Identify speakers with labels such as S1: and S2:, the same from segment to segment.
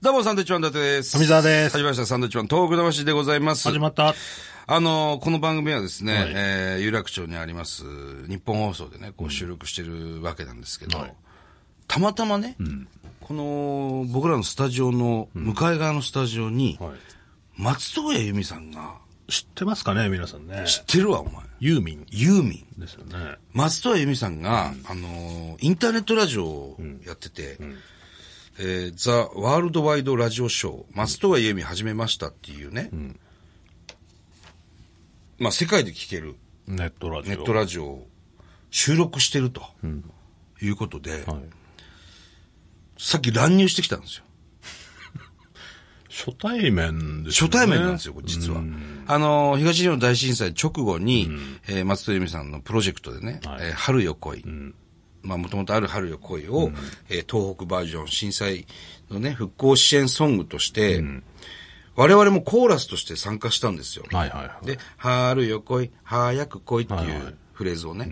S1: どうも、サンドイッチマン伊達です。
S2: 富澤です
S1: 始まりました、サンドイッチマン、東北魂でございます。
S2: 始まった。
S1: あの、この番組はですね、
S2: はい
S1: えー有楽町にあります、日本放送でね、こう収録してるわけなんですけど、たまたまね、この、僕らのスタジオの、向かい側のスタジオに、松任谷由実さんが、
S2: 知ってますかね、皆さんね。
S1: 知ってるわ、お前。
S2: ユーミン
S1: ユーミン。
S2: ですよね。
S1: 松任谷由実さんが、あのー、インターネットラジオをやってて、えーザ・ワールドワイドラジオショー、松任谷由実始めましたっていうね、まあ世界で聴ける
S2: ネットラジオ。
S1: ネットラジオを収録してると、いうことで、
S2: はい。
S1: さっき乱入してきたんですよ。
S2: 初対面ですよ
S1: 初対
S2: ね。
S1: 面なんですよ、これ実は。あのー、東日本大震災直後に、えー松戸由美さんのプロジェクトでね、
S2: はい
S1: えー春よ来い。まあ、もともとある春よ来いを、えー東北バージョン震災のね、復興支援ソングとして、我々もコーラスとして参加したんですよ。
S2: はいはいはい。
S1: で、春よ来い、早く来いってい
S2: はいは
S1: う
S2: い
S1: フレーズをね、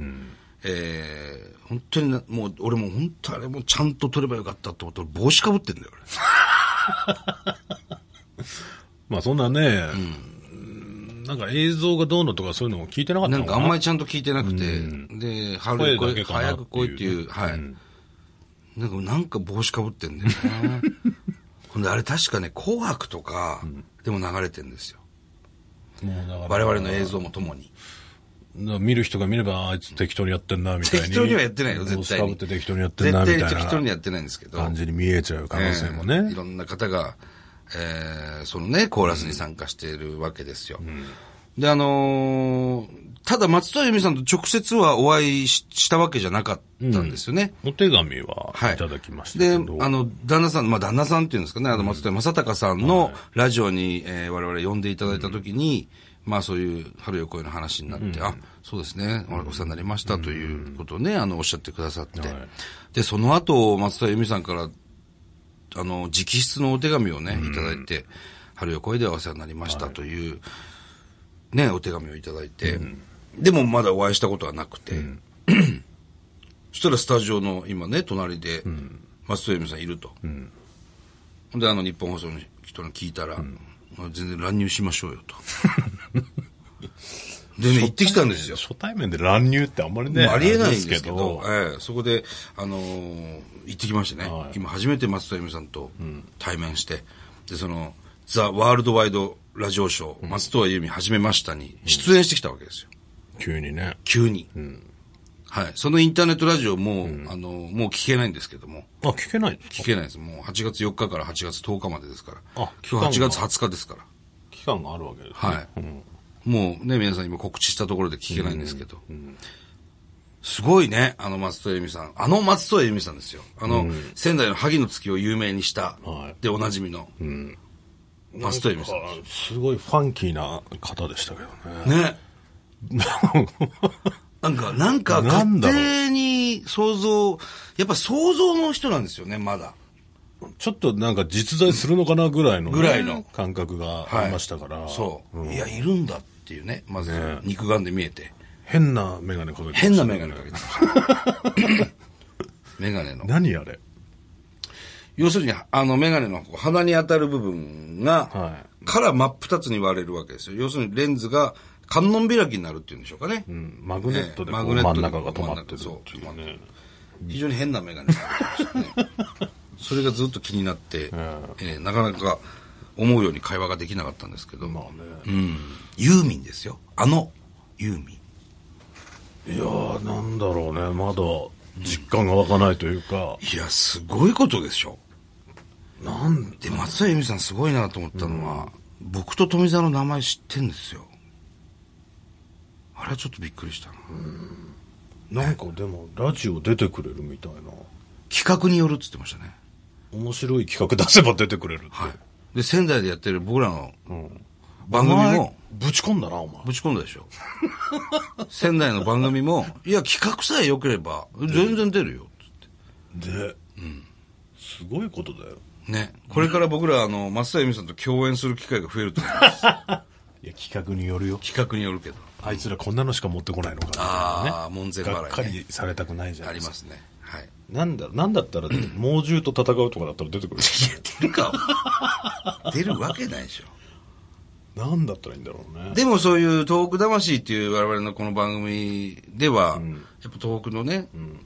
S1: えー本当にな、もう、俺も本当あれもちゃんと取ればよかったと思って、俺帽子かぶってんだよ、俺。
S2: まあそんなね、うんなんか映像がどうのとかそういうのも聞いてなかった
S1: な
S2: の
S1: ん
S2: か
S1: かあ
S2: なん
S1: まりちゃんと聞いてなくて、で、春よ来
S2: 声だ
S1: い、
S2: けかな
S1: 早く来いっていう、はい。なんか、なんか帽子かぶってんだよね。ほんで、あれ確かね、紅白とか、でも流れてんですよ。
S2: もうだから
S1: 我々の映像もともに。
S2: 見る人が見れば、あいつ適当にやってんな、みたいに。
S1: 適当にはやってないよ、
S2: 帽
S1: 絶
S2: 子
S1: 対
S2: かぶ
S1: に。
S2: って適当にやってんな、みたい
S1: 絶対適当に
S2: な
S1: やってないんですけど。
S2: 感じに見えちゃう可能性もね
S1: えーい。ろんな方が、えーそのね、コーラスに参加しているわけですよ。で、あのーただ松任谷由実さんと直接はお会いししたわけじゃなかったんですよね。
S2: お手紙は
S1: はい。
S2: いただきました
S1: で、
S2: け
S1: あ
S2: ど。
S1: の、旦那さん、まあ、旦那さんっていうんですかね、あの、松任谷正隆さんのラジオに、えー我々呼んでいただいたときに、まあ、そういう、春よ来いの話になって、あ、そうですね、おお世話になりましたということをね、あの、おっしゃってくださって。
S2: はい
S1: で、その後、松任谷由実さんから、あの、直筆のお手紙をね、いただいて、春よ来いではお世話になりましたという、ね、お手紙をいただいて、でもまだお会いしたことはなくて、そしたらスタジオの今ね、隣で、松任谷由実さんいると。で、あの、日本放送の人に聞いたら、まあ全然乱入しましょうよ と。でね、行ってきたんですよ。
S2: 初対面で乱入ってあんまりね、
S1: もうありえないん
S2: れ
S1: ですけど、ええそこで、あのー行ってきましてね、
S2: はい
S1: 今初めて松田由美さんと対面して、で、その、ザ・ワールドワイドラジオショー、松任谷由実始めましたに出演してきたわけですよ。
S2: 急にね。
S1: 急に。はい。そのインターネットラジオも、あのーもう聞けないんですけども、
S2: あ、聞けないんですか
S1: 聞けないです。もう8月4日から8月10日までですから。
S2: あ
S1: 今日8
S2: 期間が
S1: 月20日ですから。
S2: 期間があるわけですね。
S1: はい。もうね、皆さん今告知したところで聞けないんですけど。すごいね、あの松任谷由実さん。あの松任谷由実さんですよ。あの、仙台の萩の月を有名にした、
S2: はい
S1: で、おなじみの、松任谷由実さんです
S2: あすごいファンキーな方でしたけど
S1: ね。
S2: ね。
S1: なんか、なんか、
S2: な
S1: 勝
S2: んだろう
S1: 手に想像、やっぱ想像の人なんですよね、まだ。
S2: ちょっとなんか実在するのかなぐらいのね、
S1: ぐらいの
S2: 感覚がありましたから。
S1: そう。いや、いるんだっていうね、まず、肉眼で見えて。
S2: 変なメガネかけてました
S1: 変なメガネかけてま したメガネの。
S2: 何あれ
S1: 要するに、あの、メガネのこう鼻に当たる部分が、
S2: は
S1: から真っ二つに割れるわけですよ。要するにレンズが観音開きになるっていうんでしょうかね。
S2: うんマグネットでこ
S1: ええマ
S2: う
S1: グネット
S2: 真
S1: で
S2: ん中が止まってるってい
S1: そう
S2: う
S1: 止まっ
S2: ね。
S1: 非常に変なメガネかけてました ね。それがずっと気になって、ええなかなか思うように会話ができなかったんですけど、
S2: まあ
S1: う
S2: ね。
S1: ん、ユーミンですよ。あの、ユーミン。
S2: いやー、なんだろうね。まだ実感が湧かないというか。
S1: いや、すごいことでしょ。
S2: なん
S1: で、松田由美さんすごいなと思ったのは、僕と富澤の名前知ってんですよ。あれはちょっとびっくりしたな。
S2: なんかでも、ラジオ出てくれるみたいな。
S1: 企画によるって言ってましたね。
S2: 面白い企画出せば出てくれるって。
S1: はい。で、仙台でやってる僕らの
S2: うん
S1: 番組も、
S2: お前ぶち込んだな、お前。
S1: ぶち込んだでし ょ。仙台の番組も、いや、企画さえ良ければ、全然出るよ。
S2: で、すごいことだよ。
S1: ね。これから僕ら、あの、松田由美さんと共演する機会が増える と思います。
S2: いや、企画によるよ。
S1: 企画によるけど。
S2: あいつらこんなのしがこんなのしか持ってこないのかな、
S1: ああ、門前払い、ね。
S2: がっかりされたくないじ
S1: あ
S2: ゃない
S1: り
S2: です
S1: ま
S2: か。
S1: すね。はい。
S2: なんだ、なん だったら、猛獣と戦うとかだったら出て くる。
S1: 出るか。 出るわけないでしょ。
S2: なんだったらいいんだろうね。
S1: でもそういう東北魂っていう我々のこの番組では、やっぱ東北のね、えー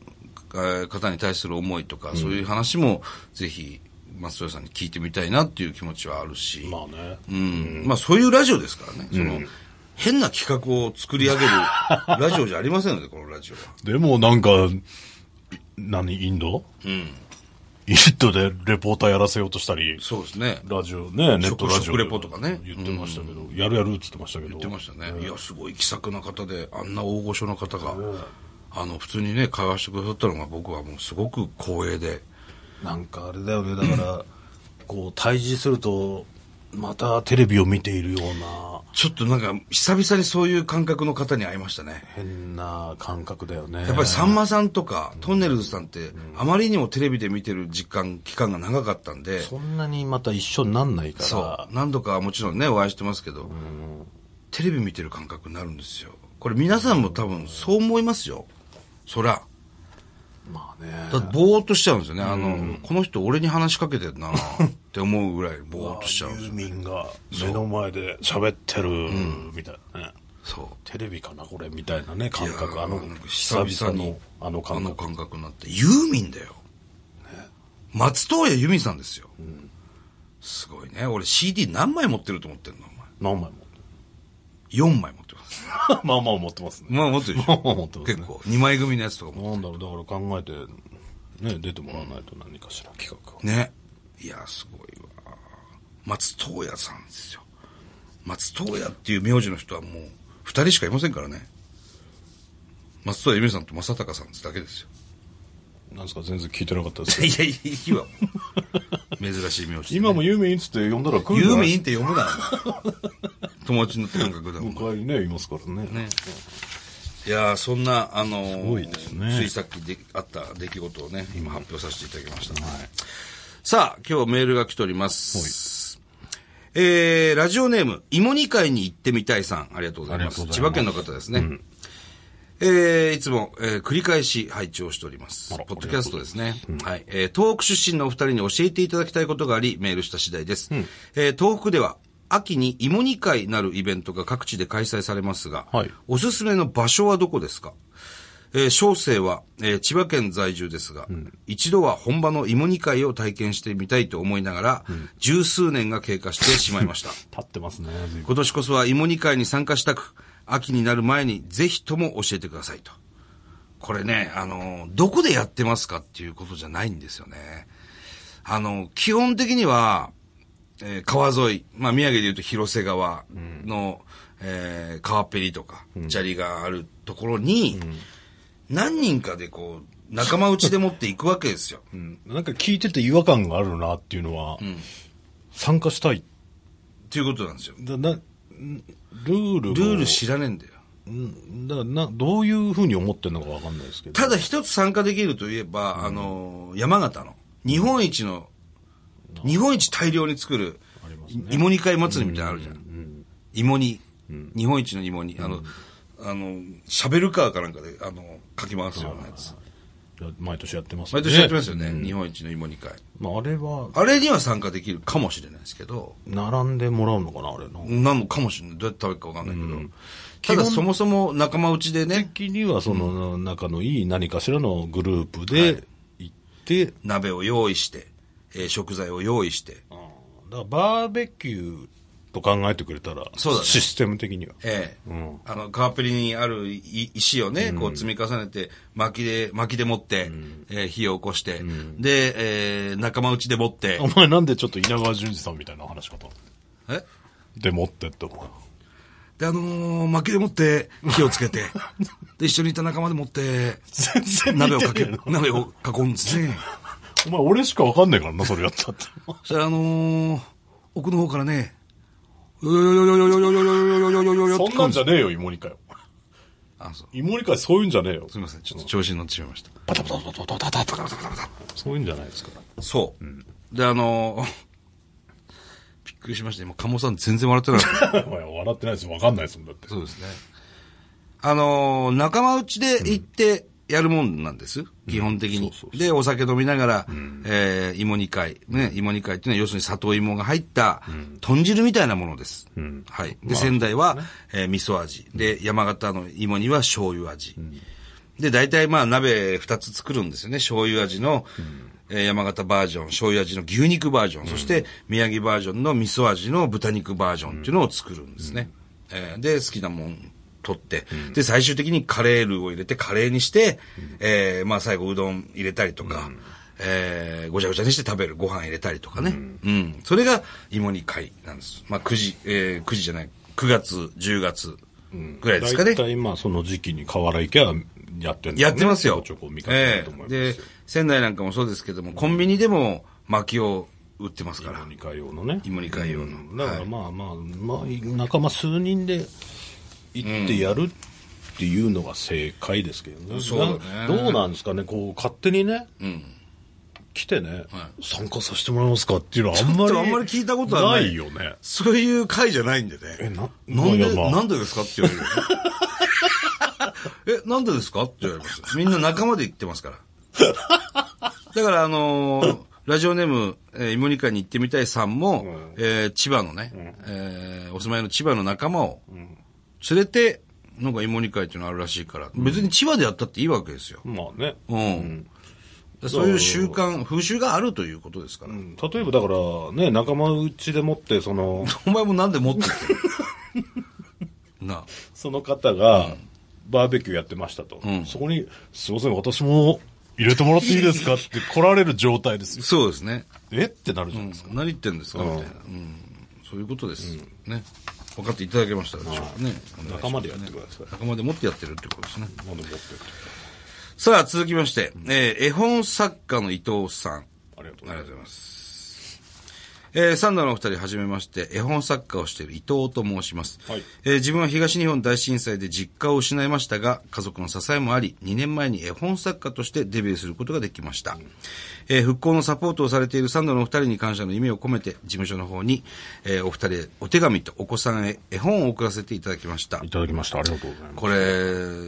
S1: 方に対する思いとか、そういう話もぜひ松任谷さんに聞いてみたいなっていう気持ちはあるし。
S2: まあね。
S1: うんまあそういうラジオですからね。その、変な企画を作り上げるラジオじゃありませんので、このラジオは。
S2: でもなんか、何、インド
S1: うん。
S2: インドでレポーターやらせようとしたり、
S1: そうですね。
S2: ラジオね、ネットラジオ。
S1: 食レポとかね
S2: 言ってましたけど、やるやるって言ってましたけど。言
S1: 言ってましたね。いや、すごい気さくな方で、あんな大御所の方が、あの、普通にね、会話してくださったのが僕はもうすごく光栄で。
S2: なんかあれだよね、だから、こう、対峙すると、またテレビを見ているような、
S1: ちょっとなんか、久々にそういう感覚の方に会いましたね。
S2: 変な感覚だよね。
S1: やっぱりさんまさんとか、トンネルズさんって、あまりにもテレビで見てる時間、期間が長かったんで、
S2: そんなにまた一緒になんないから。
S1: そう。何度かはもちろんね、お会いしてますけど、テレビ見てる感覚になるんですよ。これ皆さんも多分そう思いますよ。そら。
S2: まあね。
S1: だってぼーっとしちゃうんですよね。あの、この人俺に話しかけてるなって思うぐらいぼーっとしちゃうんです
S2: ユ
S1: よ
S2: ー。ミンが目の前で喋ってる、みたいなね。
S1: そう。
S2: テレビかなこれみたいなね、感
S1: い
S2: 覚。
S1: や
S2: あの
S1: なんか、
S2: 久々の、あの
S1: あ
S2: 感
S1: の
S2: 覚。
S1: 感覚になって。ユーミンだよ。松任谷由実さんですよ。すごいね。俺 CD 何枚持ってると思ってんの
S2: 何枚も。
S1: お前。4枚持ってます。
S2: まあまあ持ってますね。
S1: まあ持ってるでし
S2: まあ
S1: ょ。
S2: まあ持ってます
S1: 結
S2: ね。
S1: 構。2枚組のやつとかも。
S2: なんだろう、だから考えて、ね、出てもらわないと何かしら企画を。
S1: ね。いや、すごいわ。松任谷さんですよ。松任谷っていう名字の人はもう、二人しかいませんからね。松任谷由実さんと正隆さんだけですよ。
S2: なんですか、全然聞いてなかったですけ
S1: い
S2: ど。
S1: や、いいわ。 珍しい名字、
S2: 今も、ユーミンっつって呼んだら来るんじゃ
S1: ユー
S2: ない
S1: ミンって読むな。 友達の感覚だもん。
S2: 向かいにね、いますからね。
S1: ねいやーそんな、あのー
S2: ごいですね
S1: ついさっきであった出来事をね、今発表させていただきました。さあ、今日メールが来ております。えー、ラジオネーム、芋煮会に行ってみたいさん、ありがとうございます。
S2: ありがと
S1: 千
S2: うご
S1: 葉
S2: ざ
S1: 県
S2: いま
S1: の
S2: す
S1: 方ですね。えーいつも、えー繰り返し拝聴しております
S2: あら。
S1: ポッドキャストですね。はい。えー東北出身のお二人に教えていただきたいことがあり、メールした次第です。えー東北では、秋に芋煮会なるイベントが各地で開催されますが、
S2: はい
S1: おすすめの場所はどこですかえー小生は、えー千葉県在住ですが、一度は本場の芋煮会を体験してみたいと思いながら、十数年が経過してしまいました。
S2: 立ってますね、随分
S1: 今年こそは芋煮会に参加したく、秋になる前にぜひとも教えてくださいと。これね、あの、どこでやってますかっていうことじゃないんですよね。あの、基本的には、えー川沿い、まあ宮城で言うと広瀬川の、えー川っぺりとか、砂利があるところに、何人かでこう、仲間内でもって行くわけですよ。
S2: うんなんか聞いてて違和感があるなっていうのは、参加したい。
S1: っていうことなんですよ。
S2: だなルールを
S1: ルール知らねえんだよ。
S2: うんだからな、どういうふうに思ってるのかわかんないですけど。
S1: ただ一つ参加できるといえば、あの、山形の、日本一の、日本一大量に作る、芋煮会祭りみたいなのあるじゃん。芋煮。日本一の芋煮。あの、あの、シャベルカーかなんかで、あの、かき回すようなやつ。
S2: いや毎年やってますよ
S1: 毎年やってますよね、日本一の芋煮会。
S2: まあ、あれは、
S1: あれには参加できるかもしれないですけど、
S2: 並んでもらうのかな、あれの。
S1: なのかもしれない。どうやって食べるかわかんないけど。ただそもそも仲間内でね、
S2: 時には、その、仲のいい何かしらのグループで行って、
S1: 鍋を用意して、えー食材を用意して、
S2: あーだからバーベキューと考えてくれたら、
S1: そうだね
S2: システム的には。
S1: ええ
S2: うん
S1: あの、川っぺりにあるい石をね、こう積み重ねて、薪で、薪で持って、えー火を起こして、で、えー仲間内で持って
S2: お、前なんでちょっと稲川淳二さんみたいな話し方
S1: え
S2: で持ってって思う。
S1: で、あのー薪で持って、火をつけて、で、一緒にいた仲間で持って、
S2: 全然
S1: 鍋を
S2: 似
S1: か
S2: て
S1: け
S2: ねえ
S1: る
S2: な、
S1: 鍋を囲んですね。
S2: お前俺しかわかんないからな、それやったって。
S1: そしたら、あのー奥の方からね、よよよよよよよよよよよよよよよ
S2: そんなんじゃねえよ、芋煮会。
S1: あ、そう。
S2: 芋煮会そういうんじゃねえよ
S1: す。みません、ちょっと調子に乗ってしまいました。
S2: バタバタバタバタバタバタバタそういうんじゃないですから。
S1: そう。で、あのー びっくりしました。今、鴨さん全然笑ってなかった。
S2: お前笑ってないです。わかんないですもん、だって。
S1: そうですね。あのー仲間内で行って、やるもんなんです。基本的に。で、お酒飲みながら、えー芋煮会。ね、芋煮会っていうのは要するに里芋が入った豚汁みたいなものです。はい。で、仙台は、えー味噌味。で、山形の芋煮は醤油味。で、大体まあ鍋2つ作るんですよね。醤油味の、えー山形バージョン、醤油味の牛肉バージョン、そして宮城バージョンの味噌味の豚肉バージョンっていうのを作るんですね。えーで、好きなもん取って、で、最終的にカレールーを入れてカレーにして、えーまあ最後うどん入れたりとか、えーごちゃごちゃにして食べる。ご飯入れたりとかね。うん。それが芋煮会なんです。まあ9時、えー9時じゃない、9月、10月ぐらいですかね。
S2: 大体まあその時期に河原池はやってんだよね
S1: やってます
S2: ち
S1: よ
S2: ょこちょこ見。かける
S1: え
S2: と思い
S1: え
S2: ます
S1: で、
S2: よ。
S1: 仙台なんかもそうですけども、コンビニでも薪を売ってますから
S2: 芋、煮会用のね。
S1: 芋煮会用の。
S2: だからまあまあ、まあ、仲間数人で行ってやるっていうのが正解ですけどね。
S1: そうだね
S2: などうなんですかね、こう、勝手にね、来てね、参加させてもらえますかっていうのはあんま
S1: ちょっ
S2: り。
S1: とあんまり聞いたことはない
S2: よね。
S1: そういう会じゃないんでね。
S2: えな
S1: なん
S2: まあい
S1: で、
S2: やまあ
S1: なんでですかって言われるよね。 え、なんでですかって言われます。みんな仲間で行ってます から。だからあのーラジオネーム、えー、芋煮会に行ってみたいさんも、えー千葉のね、えーお住まいの千葉の仲間を連れて、なんか芋煮会っていうのあるらしいから、別に千葉でやったっていいわけですよ。
S2: まあね。
S1: うん。そういう習慣、風習があるということですから。
S2: うん例えばだから、ね、仲間内でもって、その、
S1: お前もなんで持ってき てんのなあ。
S2: その方が、バーベキューやってましたと。そこに、すいません、私も入れてもらっていいですかって来られる状態ですよ。
S1: そうですね。
S2: えってなるじゃないですか。
S1: 何言ってんですかみたいな。うん。そういうことです。ね。分かっていただけましたでしょうかね。
S2: 仲間でやってください。
S1: 仲間で持ってやってるってことですね。
S2: まあでも持ってって
S1: さあ、続きまして、えー絵本作家の伊藤さん。
S2: ありがとうご
S1: あり
S2: ざ
S1: がと
S2: います
S1: うご。ざいます。えーサンダーのお二人はじめまして、絵本作家をしている伊藤と申します、
S2: はい
S1: えー自分は東日本大震災で実家を失いましたが、家族の支えもあり、2年前に絵本作家としてデビューすることができました。えー復興のサポートをされているサンダーのお二人に感謝の意味を込めて、事務所の方に、えーお二人へお手紙とお子さんへ絵本を送らせていただきました
S2: い。ただきました。ありがとうございます。
S1: こ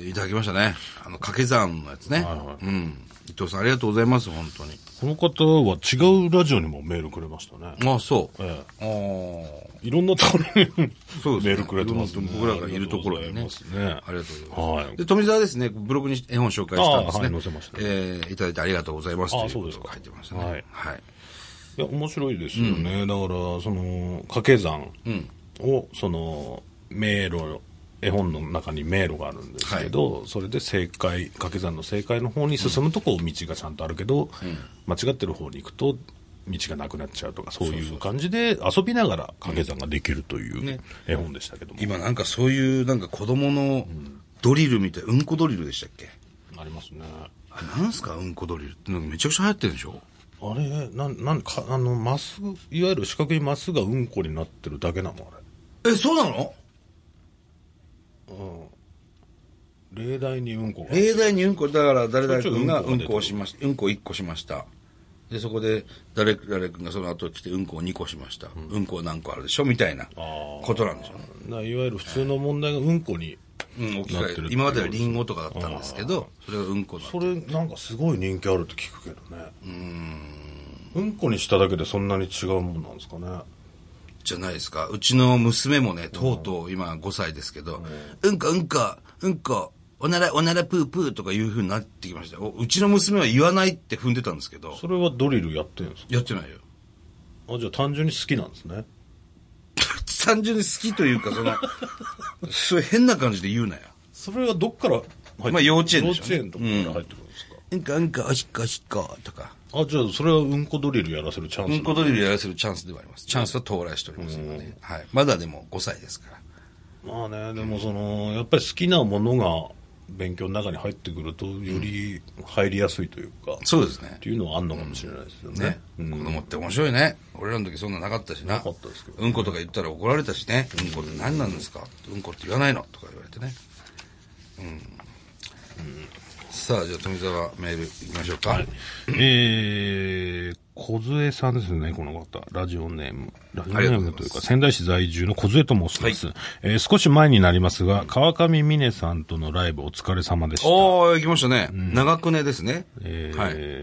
S1: れ、いただきましたね。あの、掛け算のやつね。
S2: はいはい
S1: うん。伊藤さんありがとうございます、本当に。
S2: この方は違うラジオにもメールくれましたね。
S1: ああ、そう。
S2: え
S1: ああ。
S2: いろんなところに
S1: そうですね
S2: メールくれてますね。
S1: 僕らがいるところにね
S2: ありがとうございます
S1: ありがとうございます。
S2: はい。
S1: で、富澤ですね、ブログに絵本紹介したんですね。
S2: あはい載せましたね
S1: えーいただいてありがとうございます。
S2: あ
S1: とい
S2: そうです
S1: こと
S2: か
S1: が書いてましたね。
S2: はい
S1: はい。
S2: いや、面白いですよね。だから、その、掛け算を、その、迷路、絵本の中に迷路があるんですけど、それで正解、掛け算の正解の方に進むとこう、道がちゃんとあるけど、間違ってる方に行くと、道がなくなっちゃうとか、そういう感じで遊びながら掛け算ができるという絵本でしたけども。
S1: 今なんかそういう、なんか子供のドリルみたい、うんこドリルでしたっけ
S2: ありますね。
S1: あれ、なんすかうんこドリルって。なんかめちゃくちゃ流行ってるでしょ
S2: あれ、なん、なんか、あの、マス、いわゆる四角いマスがうんこになってるだけなの、あれ。
S1: え、そうなの
S2: 例題にうんこが。
S1: 例題にうんこ、だから誰々君がうんこをしました。うんこ1個しました。で、そこで誰々君がその後来てうんこを2個しました。うんこ何個あるでしょみたいなことなんでしょうね。
S2: ないわゆる普通の問題がうんこに、
S1: うん、置き
S2: なって
S1: 換
S2: る
S1: え今まではリンゴとかだったんですけど、それがうんこだ。
S2: それなんかすごい人気あるって聞くけどねうんこにしただけでそんなに違うもんなんですかね
S1: じゃないですか。うちの娘もね、とうとう今5歳ですけど、うんこうんこ、うんこ、おなら、おならぷーぷーとかいう風になってきましたよ。おうちの娘は言わないって踏んでたんですけど、
S2: それはドリルやってるんです
S1: やってないよ。
S2: かあじゃあ単純に好きなんですね
S1: 単純に好きというか、その、そういう変な感じで言うなよ。
S2: それはどっから入って
S1: まあ幼稚園でしょうね
S2: 幼稚園とかから入ってくるんですか、
S1: うんこうんこ、おしっこおしっことか。
S2: あじゃあそれはうんこドリルやらせるチャンス
S1: う
S2: なんんだ、
S1: こドリルやらせるチャンスではあります。チャンスは到来しておりますので、はい。まだでも5歳ですから。
S2: まあねでもそのやっぱり好きなものが勉強の中に入ってくるとより入りやすいというか、っ
S1: そうですね。
S2: ていうのはあんのかもしれないですよね
S1: ね、
S2: うん
S1: 子供って面白いね。俺らの時そんななかったしな。
S2: かったですけど
S1: うんことか言ったら怒られたしね。うんこって何なんですかうんこって言わないのとか言われてね。うん。さあ、じゃあ、富澤メール行きましょうか。
S2: はい。えー、小杖さんですね、この方。ラジオネーム。ラジオネームというか、仙台市在住の小杖と申します。えー少し前になりますが、川上美音さんとのライブお疲れ様でした。
S1: おー、行きましたね。長久根ですね。
S2: えー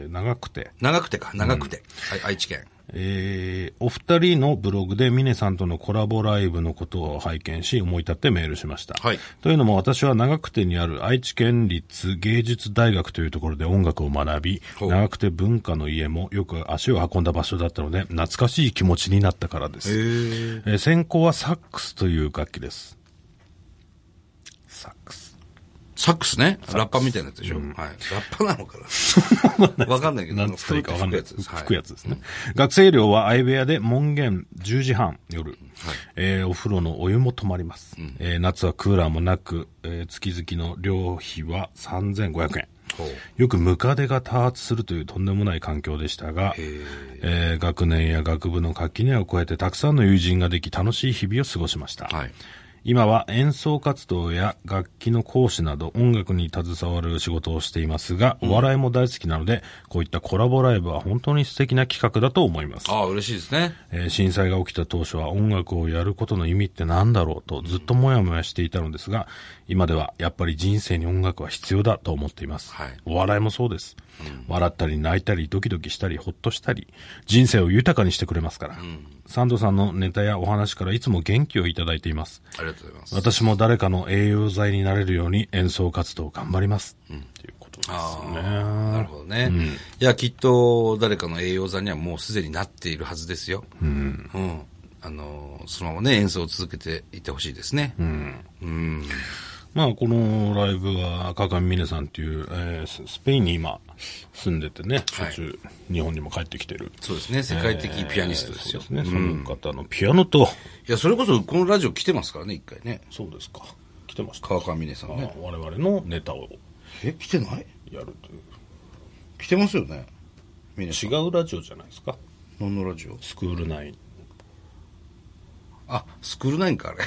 S1: はい。
S2: 長くて。
S1: 長くてか、長くて。はい、愛知県。
S2: えーお二人のブログでミネさんとのコラボライブのことを拝見し、思い立ってメールしました。
S1: はい
S2: というのも私は長久手にある愛知県立芸術大学というところで音楽を学び、
S1: ほう
S2: 長久手文化の家もよく足を運んだ場所だったので、懐かしい気持ちになったからです。
S1: え
S2: えー専攻はサックスという楽器です。サックス。
S1: サックスね。ラッパみたいなやつでしょ。はい。ラッパなのか なわかんないけど、
S2: なんつったらいいかわかんない。
S1: 吹くやつですはい
S2: 吹くやつですね。学生寮は相部屋で門限10時半夜、えーお風呂のお湯も止まります。えー夏はクーラーもなく、えー月々の寮費は3500円。
S1: ほう
S2: よくムカデが多発するというとんでもない環境でしたが、えー学年や学部の垣根を越えてたくさんの友人ができ楽しい日々を過ごしました。
S1: はい。
S2: 今は演奏活動や楽器の講師など音楽に携わる仕事をしていますが、お笑いも大好きなので、こういったコラボライブは本当に素敵な企画だと思います。
S1: ああ、嬉しいですね。
S2: えー震災が起きた当初は音楽をやることの意味って何だろうとずっともやもやしていたのですが、今ではやっぱり人生に音楽は必要だと思っています。
S1: はい
S2: お笑いもそうです、笑ったり泣いたりドキドキしたりほっとしたり、人生を豊かにしてくれますから。サンドさんのネタやお話からいつも元気をいただいています。
S1: ありがとうございます。
S2: 私も誰かの栄養剤になれるように演奏活動を頑張ります。っていうことです
S1: なる
S2: ね。
S1: ほどね。いや、きっと誰かの栄養座にはもうすでになっているはずですよ。うん。あの、そのままね、演奏を続けていってほしいですね。うん。
S2: まあ、このライブは、川上美音さんっていう、えーススペインに今住んでてね、
S1: はい
S2: 途中、日本にも帰ってきてる。
S1: そうですね、世界的ピアニストですよ。
S2: えーそうですね。その方のピアノと、
S1: いや、それこそこのラジオ来てますからね、一回ね。
S2: そうですか。来てました。
S1: 川上美音さんね。
S2: 我々のネタを
S1: え、来てない
S2: やるという。
S1: 来てますよね。みねさん。
S2: 違うラジオじゃないですか。
S1: 何のラジオ
S2: スクール内。
S1: あ、スクールナインか、あれ。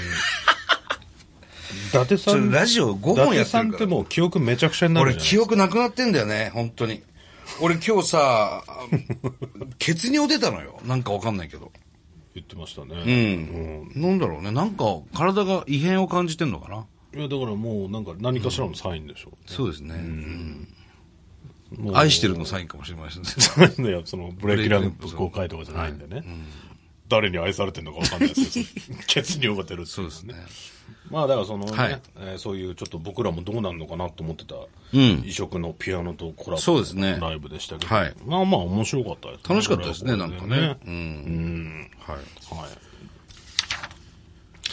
S2: 伊達さ
S1: それ
S2: ん、伊
S1: ラジオ5本やってるから
S2: 達さんってもう記憶めちゃくちゃになる
S1: 俺
S2: じゃない
S1: 記憶なくなってんだよね、本当に。俺今日さ、 血尿出たのよ。なんかわかんないけど。
S2: 言ってましたね。
S1: なんだろうね。なんか体が異変を感じてんのかな。
S2: いやだからもうなんか何かしらのサインでしょ
S1: そうですね。うん
S2: う、もう
S1: 愛してるのサインかもしれませんね。
S2: いやそのブレーキランプ公開とかじゃないんでね、誰に愛されてるのかわかんないで すよ血尿が出るってい
S1: そうですね。
S2: まあだからそのね、
S1: はい
S2: えーそういうちょっと僕らもどうなるのかなと思ってた、異色のピアノとコラボ
S1: そうですね
S2: ライブでしたけど、
S1: はい
S2: まあまあ面白かったです、
S1: 楽しかったですね、なんかね。うん。はい。
S2: はい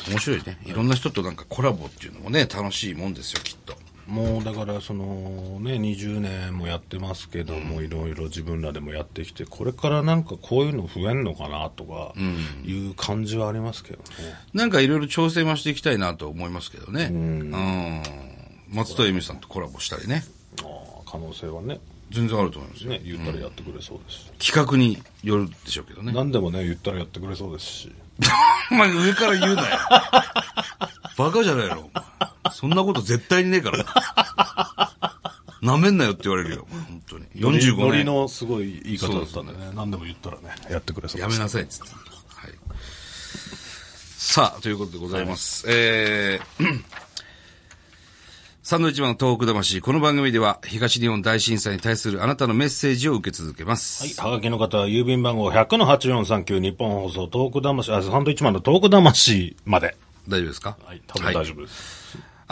S1: 面白いね。いろんな人となんかコラボっていうのもね、楽しいもんですよ、きっと。
S2: もうだからそのね20年もやってますけどもいろいろ自分らでもやってきてこれからなんかこういうの増えんのかなとかいう感じはありますけどね、
S1: なんかいろいろ調整もしていきたいなと思いますけどね。うん。松戸由美さんとコラボしたりね。
S2: ああ可能性はね
S1: 全然あると思いますよ。
S2: ね言ったらやってくれそうですし、
S1: 企画によるでしょうけどね。
S2: 何でもね言ったらやってくれそうですし
S1: お前上から言う なよ。バカじゃないの、お前。そんなこと絶対にねえから。なめんなよって言われるよ、お前本当に。
S2: ノリ
S1: 45年。
S2: のすごい言い方だったんでね何でも言ったらねやってくれそう
S1: や
S2: で
S1: め
S2: す
S1: なさい、つって。はい。さあ、ということでございます。えー、サンドウィッチマンの東北魂。この番組では、東日本大震災に対するあなたのメッセージを受け続けます。
S2: はい。はがきの方は、郵便番号100-8439、日本放送、トーク魂、あ、サンドイッチマンのトーク魂まで。
S1: 大丈夫ですか
S2: はい。多分大丈夫です。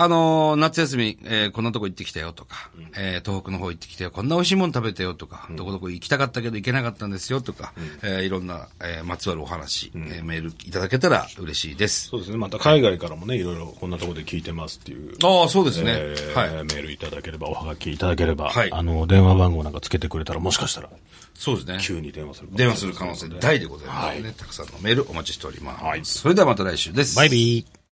S1: あのー夏休み、えーこんなとこ行ってきたよとか、えー東北の方行ってきたよ、こんな美味しいもの食べたよとか、どこどこ行きたかったけど行けなかったんですよとか、えーいろんな、えーまつわるお話、えーメールいただけたら嬉しいです。
S2: そうですね。また海外からもね、いろいろこんなところで聞いてますっていう。
S1: ああ、そうですね。
S2: えー
S1: はい。
S2: メールいただければ、おはがきいただければ、
S1: はい
S2: あの、電話番号なんかつけてくれたら、もしかしたら、
S1: そうですね。
S2: 急に電話するかも
S1: 電
S2: しれない
S1: 話する可能性大でございますので、
S2: は
S1: たくさんのメールお待ちしております。
S2: はい
S1: それではまた来週です。
S2: バイビー。